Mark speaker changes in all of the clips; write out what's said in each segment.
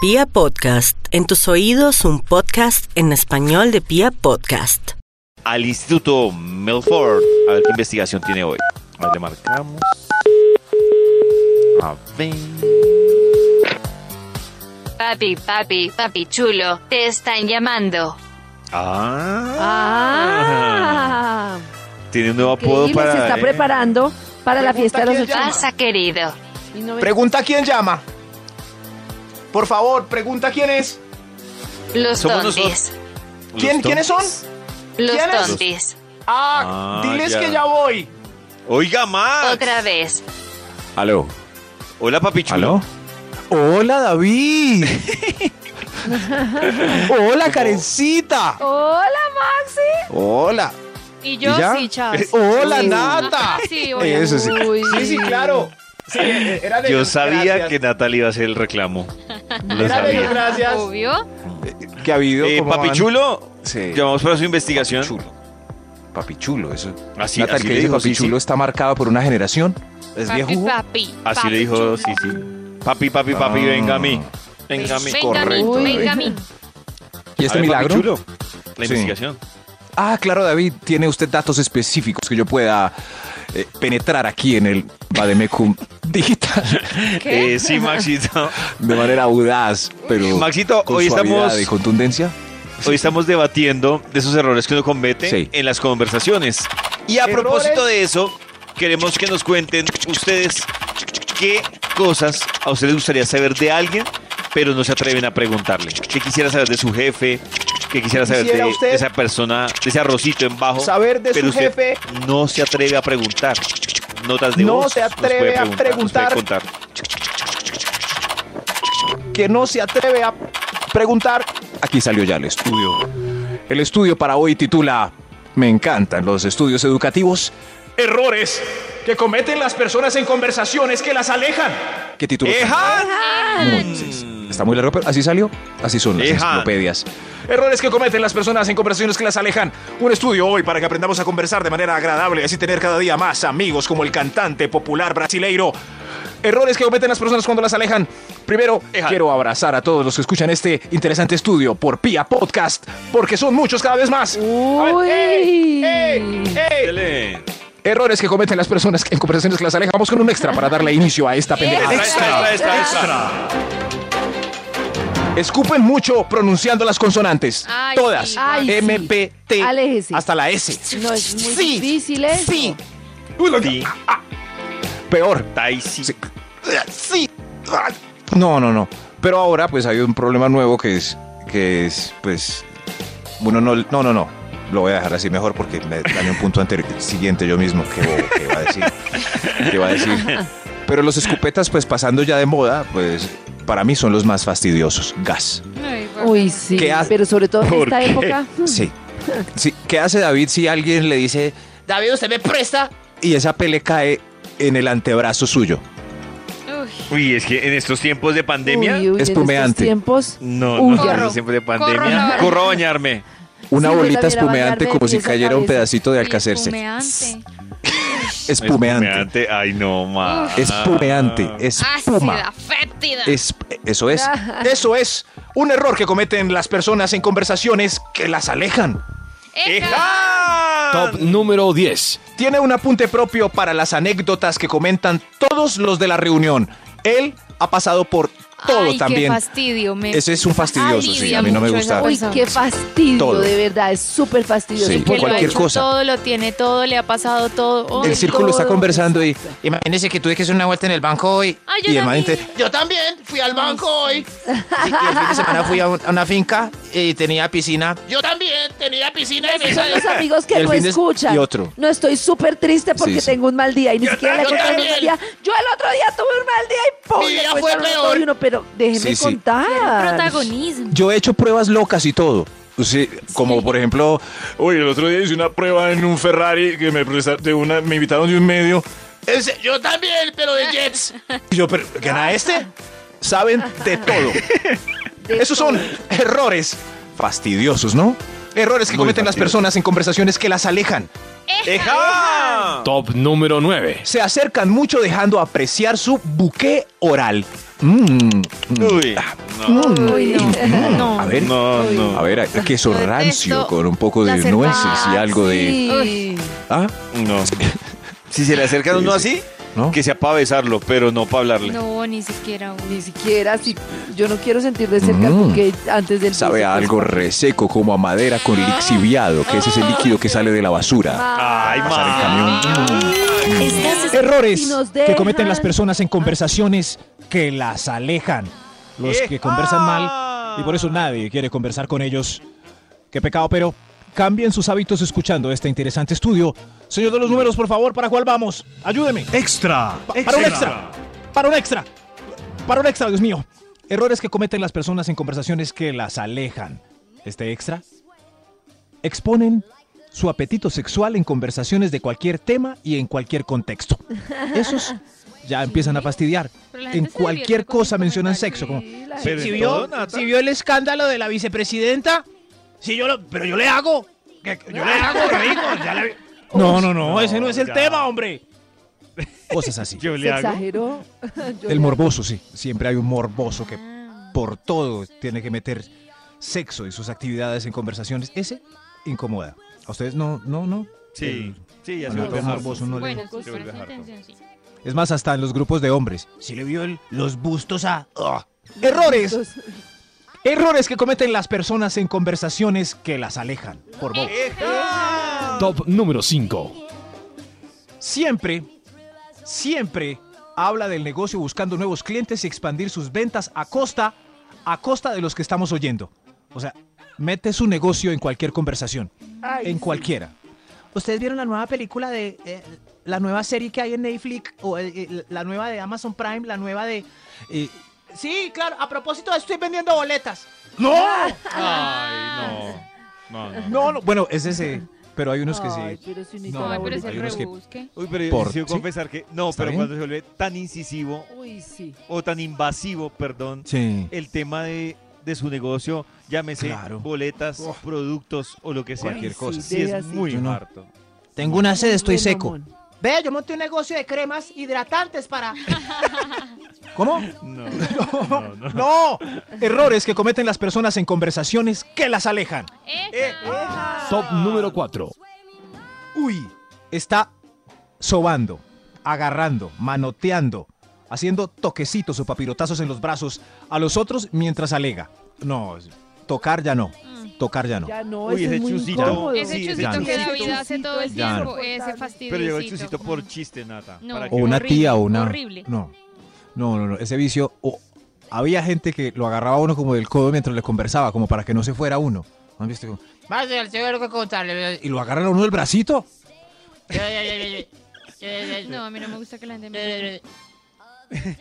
Speaker 1: Pia Podcast, en tus oídos un podcast en español de Pia Podcast.
Speaker 2: al Instituto Milford. A ver qué investigación tiene hoy. A ver, le marcamos. A ver.
Speaker 3: Papi, papi, papi chulo, te están llamando.
Speaker 2: Ah.
Speaker 4: Ah,
Speaker 2: Tiene un nuevo apodo
Speaker 4: Increíble,
Speaker 2: para.
Speaker 4: se está
Speaker 2: eh.
Speaker 4: preparando para la fiesta de los
Speaker 5: Pregunta
Speaker 4: ochenta.
Speaker 3: Pasa, querido.
Speaker 4: Y no ve-
Speaker 5: Pregunta quién llama. Por favor, pregunta quién es.
Speaker 3: Los
Speaker 2: Somos
Speaker 3: tontis.
Speaker 5: ¿Quién,
Speaker 2: Los
Speaker 5: ¿Quiénes son?
Speaker 2: tontos.
Speaker 3: Los
Speaker 5: ¿Quiénes?
Speaker 3: tontis.
Speaker 2: Ah,
Speaker 5: Ah, diles
Speaker 2: ya.
Speaker 5: que ya voy.
Speaker 2: Oiga, Max.
Speaker 3: Otra vez.
Speaker 6: Aló.
Speaker 2: Hola, papi chulo.
Speaker 6: ¿Aló? Hola, David. Hola, Karencita.
Speaker 4: Hola, Maxi.
Speaker 6: Hola.
Speaker 7: Y yo
Speaker 6: ¿Y ya?
Speaker 7: sí, chao.
Speaker 6: Eh, hola,
Speaker 7: Sí.
Speaker 6: Nata.
Speaker 7: Ajá, Sí, hola.
Speaker 6: Eso sí.
Speaker 4: Uy.
Speaker 5: Sí, sí, claro. Sí, eh, era de
Speaker 2: Yo
Speaker 5: ellos,
Speaker 2: sabía
Speaker 5: gracias.
Speaker 2: que Natalia iba a hacer el reclamo. Lo
Speaker 5: Era de ellos,
Speaker 2: sabía.
Speaker 3: Eh,
Speaker 5: gracias.
Speaker 7: Obvio.
Speaker 6: ¿Qué ha habido?
Speaker 2: Eh,
Speaker 6: ¿Cómo
Speaker 2: papi
Speaker 6: van?
Speaker 2: chulo,
Speaker 6: Sí.
Speaker 2: llamamos para su investigación.
Speaker 6: Chulo. Papi chulo, eso.
Speaker 2: Así,
Speaker 6: Nata,
Speaker 2: así
Speaker 6: el que
Speaker 2: le
Speaker 6: dice
Speaker 2: dijo
Speaker 6: papi
Speaker 2: sí, sí.
Speaker 6: chulo está marcado por una generación. Es
Speaker 7: Papi,
Speaker 6: viejo.
Speaker 7: papi.
Speaker 2: Así
Speaker 7: papi
Speaker 2: le dijo,
Speaker 7: chulo.
Speaker 2: sí, sí. Papi, papi, papi,
Speaker 6: Ah.
Speaker 2: venga a mí. Venga a mí.
Speaker 7: Venga a mí,
Speaker 6: correcto,
Speaker 7: venga a
Speaker 6: David.
Speaker 7: mí.
Speaker 6: ¿Y
Speaker 2: A
Speaker 6: este
Speaker 2: ver, papi
Speaker 6: milagro?
Speaker 2: chulo, La
Speaker 6: Sí.
Speaker 2: investigación.
Speaker 6: Ah, claro, David. ¿Tiene usted datos específicos que yo pueda eh, penetrar aquí en el Bademecum digital
Speaker 7: ¿Qué?
Speaker 2: Eh, sí, Maxito.
Speaker 6: de manera audaz, pero
Speaker 2: Maxito,
Speaker 6: con
Speaker 2: hoy
Speaker 6: suavidad
Speaker 2: estamos-
Speaker 6: y contundencia?
Speaker 2: Hoy estamos debatiendo de esos errores que uno comete
Speaker 6: Sí.
Speaker 2: en las conversaciones. Y a
Speaker 5: ¿Errores?
Speaker 2: propósito de eso, queremos que nos cuenten ustedes qué cosas a ustedes les gustaría saber de alguien, pero no se atreven a preguntarle. ¿Qué quisiera saber de su jefe? ¿Qué quisiera saber
Speaker 5: ¿Quisiera
Speaker 2: de,
Speaker 5: usted
Speaker 2: de esa persona, de ese arrocito en bajo?
Speaker 5: Saber de
Speaker 2: pero
Speaker 5: su
Speaker 2: usted
Speaker 5: jefe.
Speaker 2: No se atreve a preguntar. Notas de
Speaker 5: No
Speaker 2: voz,
Speaker 5: se
Speaker 2: nos puede
Speaker 5: atreve a
Speaker 2: nos puede
Speaker 5: preguntar. Que no se atreve a preguntar.
Speaker 6: Aquí salió ya el estudio. El estudio para hoy titula Me encantan los estudios educativos.
Speaker 5: Errores que cometen las personas en conversaciones que las alejan.
Speaker 6: ¿Qué título? tan-
Speaker 2: ¡Eja!
Speaker 6: No, sí, sí. Está muy largo, pero así salió. Así son las
Speaker 2: Ejan.
Speaker 6: enciclopedias.
Speaker 5: Errores que cometen las personas en conversaciones que las alejan. Un estudio hoy para que aprendamos a conversar de manera agradable y así tener cada día más amigos como el cantante popular brasileiro. Errores que cometen las personas cuando las alejan. Primero,
Speaker 2: Ejan.
Speaker 5: quiero abrazar a todos los que escuchan este interesante estudio por Pia Podcast, porque son muchos cada vez más. A ver,
Speaker 4: Uy.
Speaker 5: ¡ey! ¡ey! ¡ey!
Speaker 2: Dele.
Speaker 5: Errores que cometen las personas en conversaciones que las alejan. Vamos con un extra para darle inicio a esta pendeja.
Speaker 2: Extra, extra, extra, extra.
Speaker 5: Escupen mucho pronunciando las consonantes.
Speaker 7: Ay,
Speaker 5: Todas.
Speaker 7: sí.
Speaker 4: Ay, sí.
Speaker 5: M, P, T.
Speaker 4: Aléjese.
Speaker 5: Hasta la S.
Speaker 4: No, es muy
Speaker 5: Sí,
Speaker 4: difícil eso.
Speaker 5: Sí. Uy, lo-
Speaker 2: Sí.
Speaker 5: ah, ah. Peor.
Speaker 2: Taisi.
Speaker 6: Sí.
Speaker 5: Sí.
Speaker 6: No, no, no. Pero ahora, pues hay un problema nuevo que es. que es, pues. Uno no. No, no, no. Lo voy a dejar así mejor porque me gané un punto anterior. Siguiente yo mismo. ¿Qué, bobo, qué va a decir? ¿Qué va a decir? Pero los escupetas, pues pasando ya de moda, pues para mí son los más fastidiosos. Gas.
Speaker 7: Ay, papá.
Speaker 4: Uy, sí.
Speaker 6: ¿Qué hace?
Speaker 4: Pero sobre todo en
Speaker 2: ¿Por
Speaker 4: esta
Speaker 2: qué?
Speaker 4: época.
Speaker 6: Sí. sí. ¿Qué hace David si alguien le dice, David, usted me presta? Y esa pele cae en el antebrazo suyo.
Speaker 7: Uy,
Speaker 2: Uy, es que en estos tiempos de pandemia.
Speaker 4: Uy,
Speaker 6: Es
Speaker 4: uy, en estos
Speaker 6: prumeante.
Speaker 4: tiempos.
Speaker 2: No,
Speaker 4: Uy,
Speaker 2: no,
Speaker 4: ya.
Speaker 2: no, siempre de
Speaker 7: Corro a
Speaker 2: pandemia.
Speaker 7: lavar.
Speaker 2: Corro a bañarme.
Speaker 6: Una
Speaker 4: Sí, yo
Speaker 6: bolita
Speaker 4: también, a
Speaker 6: espumeante
Speaker 4: bañarme
Speaker 6: como
Speaker 4: de
Speaker 6: si
Speaker 4: pies a
Speaker 6: cayera un
Speaker 4: cabeza.
Speaker 6: pedacito de
Speaker 7: y
Speaker 6: alcacerce.
Speaker 7: espumeante.
Speaker 6: Espumeante.
Speaker 2: Espumeante. Ay, no, más.
Speaker 6: Espumeante.
Speaker 7: Ácida,
Speaker 4: Ah,
Speaker 6: Espuma.
Speaker 7: fétida.
Speaker 6: Es, eso es.
Speaker 5: Eso es un error que cometen las personas en conversaciones que las alejan.
Speaker 7: Eja.
Speaker 8: Top número 10.
Speaker 5: Tiene un apunte propio para las anécdotas que comentan todos los de la reunión. Él ha pasado por todo
Speaker 7: Ay, Qué
Speaker 5: también.
Speaker 7: fastidio. Me...
Speaker 6: Ese es un fastidioso, sí.
Speaker 7: Alivia
Speaker 6: A mí no me
Speaker 7: mucho esa
Speaker 6: gusta.
Speaker 4: Uy,
Speaker 7: persona.
Speaker 4: qué fastidio,
Speaker 6: Todo.
Speaker 4: de verdad. Es súper fastidioso.
Speaker 6: Sí,
Speaker 4: porque
Speaker 7: lo ha
Speaker 6: cualquier
Speaker 7: hecho
Speaker 6: cosa.
Speaker 7: Todo lo tiene, todo le ha pasado todo. Ay,
Speaker 6: El círculo está
Speaker 4: todo.
Speaker 6: conversando y.
Speaker 9: Imagínese que tuve que hacer una vuelta en el banco hoy.
Speaker 7: Ay, yo
Speaker 6: Y el man
Speaker 7: también.
Speaker 6: dice,
Speaker 9: Yo también fui al banco hoy. Y el fin de semana fui a, un- a una finca y tenía piscina. Yo
Speaker 4: Son los amigos
Speaker 6: Y
Speaker 4: que
Speaker 6: el
Speaker 4: no
Speaker 6: fin de-
Speaker 4: escuchan.
Speaker 6: y otro.
Speaker 4: No estoy súper triste porque
Speaker 6: Sí, sí.
Speaker 4: tengo un mal día y ni siquiera le
Speaker 9: yo
Speaker 4: contaron un
Speaker 9: también.
Speaker 4: mal día. Yo el otro día tuve un mal día y ¡pum!
Speaker 9: Mi
Speaker 4: le
Speaker 9: día fue
Speaker 4: cuentan una
Speaker 9: peor.
Speaker 4: historia y uno, pero déjeme
Speaker 6: Sí, sí.
Speaker 4: contar.
Speaker 7: Protagonismo.
Speaker 6: Yo he hecho pruebas locas y todo. Sí, como por ejemplo,
Speaker 5: Oye, el otro día hice una prueba en un Ferrari que me, una, me invitaron de un medio.
Speaker 9: Ese- yo también, pero de Jets.
Speaker 5: Y yo, pero ¿gana este? Saben de todo.
Speaker 4: De
Speaker 5: Esos son errores.
Speaker 6: fastidiosos, ¿no?
Speaker 5: Errores que
Speaker 6: Muy
Speaker 5: cometen las
Speaker 6: fastidioso.
Speaker 5: personas en conversaciones que las alejan.
Speaker 2: ¡Eja!
Speaker 8: Top número 9.
Speaker 5: Se acercan mucho dejando apreciar su buque oral.
Speaker 6: Mm, mm.
Speaker 2: Uy.
Speaker 6: Ah,
Speaker 7: Uy, no. no.
Speaker 6: A ver,
Speaker 2: No, no.
Speaker 6: a ver, a- queso
Speaker 7: Detesto
Speaker 6: rancio con un poco de
Speaker 7: las
Speaker 6: nueces y
Speaker 7: cervezas.
Speaker 6: algo de.
Speaker 4: Sí.
Speaker 6: Ah,
Speaker 2: No. Si se le acercan a uno así,
Speaker 6: ¿no?
Speaker 2: que sea para besarlo, pero no para hablarle.
Speaker 7: No, ni siquiera. uy.
Speaker 4: Ni siquiera si yo no quiero sentir de cerca
Speaker 6: Mm.
Speaker 4: porque antes del
Speaker 6: Sabe a
Speaker 4: beso,
Speaker 6: algo reseco, como a madera con
Speaker 7: Ah.
Speaker 6: lixiviado, que es ese líquido que sale de la basura.
Speaker 2: Ay,
Speaker 6: camión.
Speaker 7: este
Speaker 4: Estás
Speaker 10: Errores
Speaker 4: Y pues, nos
Speaker 10: que cometen las
Speaker 4: dejan.
Speaker 10: personas en conversaciones que las alejan. Los que conversan mal y por eso nadie quiere conversar con ellos. Qué pecado, pero cambien sus hábitos escuchando este interesante estudio. Señor de los números, por favor, ¿para cuál vamos? Ayúdeme.
Speaker 11: Extra.
Speaker 10: Pa- Para un extra. Para un extra. Para un extra, Dios mío. Errores que cometen las personas en conversaciones que las alejan. Este extra. Exponen su apetito sexual en conversaciones de cualquier tema y en cualquier contexto. Esos ya empiezan a fastidiar.
Speaker 7: Pero la gente
Speaker 10: En
Speaker 7: se
Speaker 10: cualquier
Speaker 7: divierte con
Speaker 9: este
Speaker 10: cosa
Speaker 7: ese
Speaker 10: mencionan
Speaker 7: comentario.
Speaker 10: sexo. Como,
Speaker 4: Sí, la
Speaker 2: Pero
Speaker 4: gente-
Speaker 2: en
Speaker 9: Si
Speaker 2: todo,
Speaker 9: vio,
Speaker 2: Nata.
Speaker 9: si vio el escándalo de la vicepresidenta, si yo lo, pero yo le hago. que- que yo le hago rico. ya la vi- no, no, no, ese no es el
Speaker 11: ya.
Speaker 9: tema, hombre.
Speaker 10: cosas así.
Speaker 11: Yo
Speaker 4: se
Speaker 11: le hago.
Speaker 4: exageró. Yo
Speaker 10: El
Speaker 4: le-
Speaker 10: morboso, sí. Siempre hay un morboso que
Speaker 7: Ah.
Speaker 10: por todo tiene que meter sexo y sus actividades en conversaciones. Ese incomoda. A ustedes no, no, no.
Speaker 2: Sí, sí, ya se
Speaker 10: Alberto
Speaker 2: vuelve
Speaker 10: es
Speaker 2: harto.
Speaker 10: morboso, no le-
Speaker 7: Bueno,
Speaker 2: Se
Speaker 7: sí,
Speaker 2: vuelve
Speaker 7: sí,
Speaker 2: harto.
Speaker 7: intención, sí.
Speaker 10: Es más, hasta en los grupos de hombres.
Speaker 9: Si le vio el- los bustos a. ah. ¡Ugh!
Speaker 10: Errores.
Speaker 4: Los-
Speaker 10: Errores que cometen las personas en conversaciones que las alejan. Por vos.
Speaker 8: Top número 5.
Speaker 10: Siempre, siempre habla del negocio buscando nuevos clientes y expandir sus ventas a costa, a costa de los que estamos oyendo. O sea, mete su negocio en cualquier conversación.
Speaker 4: Ay,
Speaker 10: en
Speaker 4: sí.
Speaker 10: cualquiera.
Speaker 9: ¿Ustedes vieron la nueva película de eh, la nueva serie que hay en Netflix o eh, eh, la nueva de Amazon Prime, la nueva de eh, Sí, claro, a propósito, estoy vendiendo boletas. Ah.
Speaker 10: ¡No!
Speaker 2: Ay, no. No, no.
Speaker 10: No, no. Bueno, es ese. Pero hay unos que
Speaker 4: Ay,
Speaker 10: sí.
Speaker 4: pero si ni
Speaker 10: No,
Speaker 4: tan
Speaker 7: Ay, pero
Speaker 10: hay
Speaker 7: es el
Speaker 10: unos que-
Speaker 7: rebusque.
Speaker 2: Uy, pero yo
Speaker 10: Por-
Speaker 2: decido
Speaker 10: ¿sí?
Speaker 2: confesar que no,
Speaker 10: ¿Está
Speaker 2: pero
Speaker 10: bien?
Speaker 2: cuando se vuelve tan incisivo
Speaker 4: Uy, sí.
Speaker 2: o tan invasivo, perdón,
Speaker 10: Sí.
Speaker 2: el tema de, de su negocio, llámese
Speaker 10: Claro.
Speaker 2: boletas,
Speaker 10: Oh.
Speaker 2: productos o lo que sea.
Speaker 10: Cualquier
Speaker 4: sí,
Speaker 10: cosa.
Speaker 2: Sí,
Speaker 4: debe
Speaker 2: es
Speaker 4: así.
Speaker 2: muy
Speaker 10: Yo no.
Speaker 2: harto.
Speaker 9: Tengo una sed, estoy
Speaker 4: Bien,
Speaker 9: seco.
Speaker 4: mamón.
Speaker 9: Ve, yo monté un negocio de cremas hidratantes para.
Speaker 10: ¿Cómo?
Speaker 2: No, no, no.
Speaker 10: No. Errores que cometen las personas en conversaciones que las alejan.
Speaker 8: Top número 4.
Speaker 10: Uy. Está sobando, agarrando, manoteando, haciendo toquecitos o papirotazos en los brazos a los otros mientras alega. No, tocar ya no.
Speaker 7: Mm.
Speaker 10: Tocar ya no.
Speaker 4: Ya no,
Speaker 2: Uy,
Speaker 4: eso
Speaker 2: ese
Speaker 4: es muy
Speaker 2: chusito.
Speaker 4: incómodo.
Speaker 7: Ese
Speaker 2: Sí,
Speaker 7: chusito
Speaker 10: ya no.
Speaker 7: que David hace todo el
Speaker 10: Ya no.
Speaker 7: tiempo, ese
Speaker 2: Pero llegó el
Speaker 7: fastidio.
Speaker 2: chusito por chiste, Nata.
Speaker 7: No.
Speaker 2: para que-
Speaker 10: o una
Speaker 7: Horrible,
Speaker 10: tía o una
Speaker 7: horrible.
Speaker 10: no no no, no, ese vicio o había gente que lo agarraba a uno como del codo mientras le conversaba como para que no se fuera uno ¿Han visto como,
Speaker 9: Más del señor que contarle.
Speaker 10: y lo agarran a uno del bracito
Speaker 7: No, a mí no me gusta que la gente me...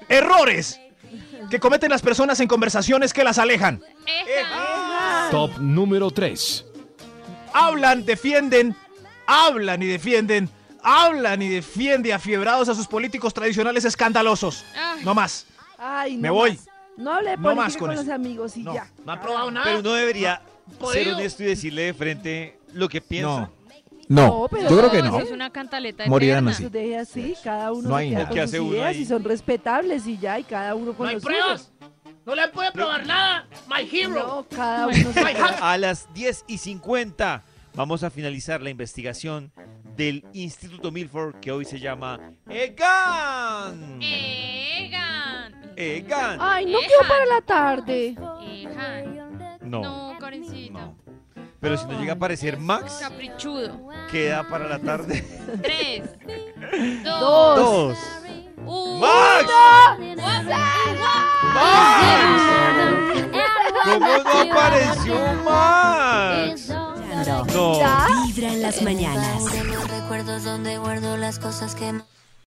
Speaker 10: errores que cometen las personas en conversaciones que las alejan
Speaker 8: Top número 3.
Speaker 10: hablan defienden hablan y defienden hablan y defienden afiebrados a sus políticos tradicionales escandalosos
Speaker 7: Ay.
Speaker 10: no más
Speaker 4: Ay, no
Speaker 10: Me voy.
Speaker 4: más. No hable de
Speaker 10: No
Speaker 4: política
Speaker 10: más con
Speaker 4: con,
Speaker 10: eso.
Speaker 4: los amigos y
Speaker 10: No.
Speaker 4: ya.
Speaker 9: No ha probado nada.
Speaker 2: Pero uno debería ser
Speaker 9: Jodido.
Speaker 2: honesto y decirle de frente lo que piensa.
Speaker 10: no no,
Speaker 4: No, pero-
Speaker 10: yo creo que
Speaker 7: eso
Speaker 10: no
Speaker 7: Es una cantaleta
Speaker 10: Morirán
Speaker 7: eterna.
Speaker 10: así.
Speaker 4: Eso deje así, cada uno
Speaker 10: No
Speaker 4: se
Speaker 10: hay
Speaker 4: queda
Speaker 10: nada.
Speaker 4: con
Speaker 2: ¿Qué
Speaker 4: sus
Speaker 2: hace uno
Speaker 4: ideas
Speaker 2: ahí?
Speaker 4: y son respetables y ya, y cada uno con
Speaker 9: No hay
Speaker 4: los
Speaker 9: pruebas.
Speaker 4: suyos.
Speaker 9: No le puede probar nada. My hero.
Speaker 4: No, cada uno se queda-
Speaker 2: A las 10 y 50 vamos a finalizar la investigación del Instituto Milford que hoy se llama E EGAN.
Speaker 7: Egan.
Speaker 2: Eh. EGAN.
Speaker 4: Ay, no quiero para la tarde.
Speaker 7: Egan.
Speaker 2: No,
Speaker 7: No, Karencita.
Speaker 2: no. Pero si nos llega a aparecer Max,
Speaker 7: Caprichudo.
Speaker 2: queda para la tarde.
Speaker 7: Tres. Dos.
Speaker 4: Dos.
Speaker 2: Dos.
Speaker 7: Uno.
Speaker 2: ¡Max! ¡Ah! ¿Cómo no apareció Max? No.
Speaker 4: Ya.
Speaker 1: Vibra en las mañanas.
Speaker 12: recuerdos donde guardo las cosas que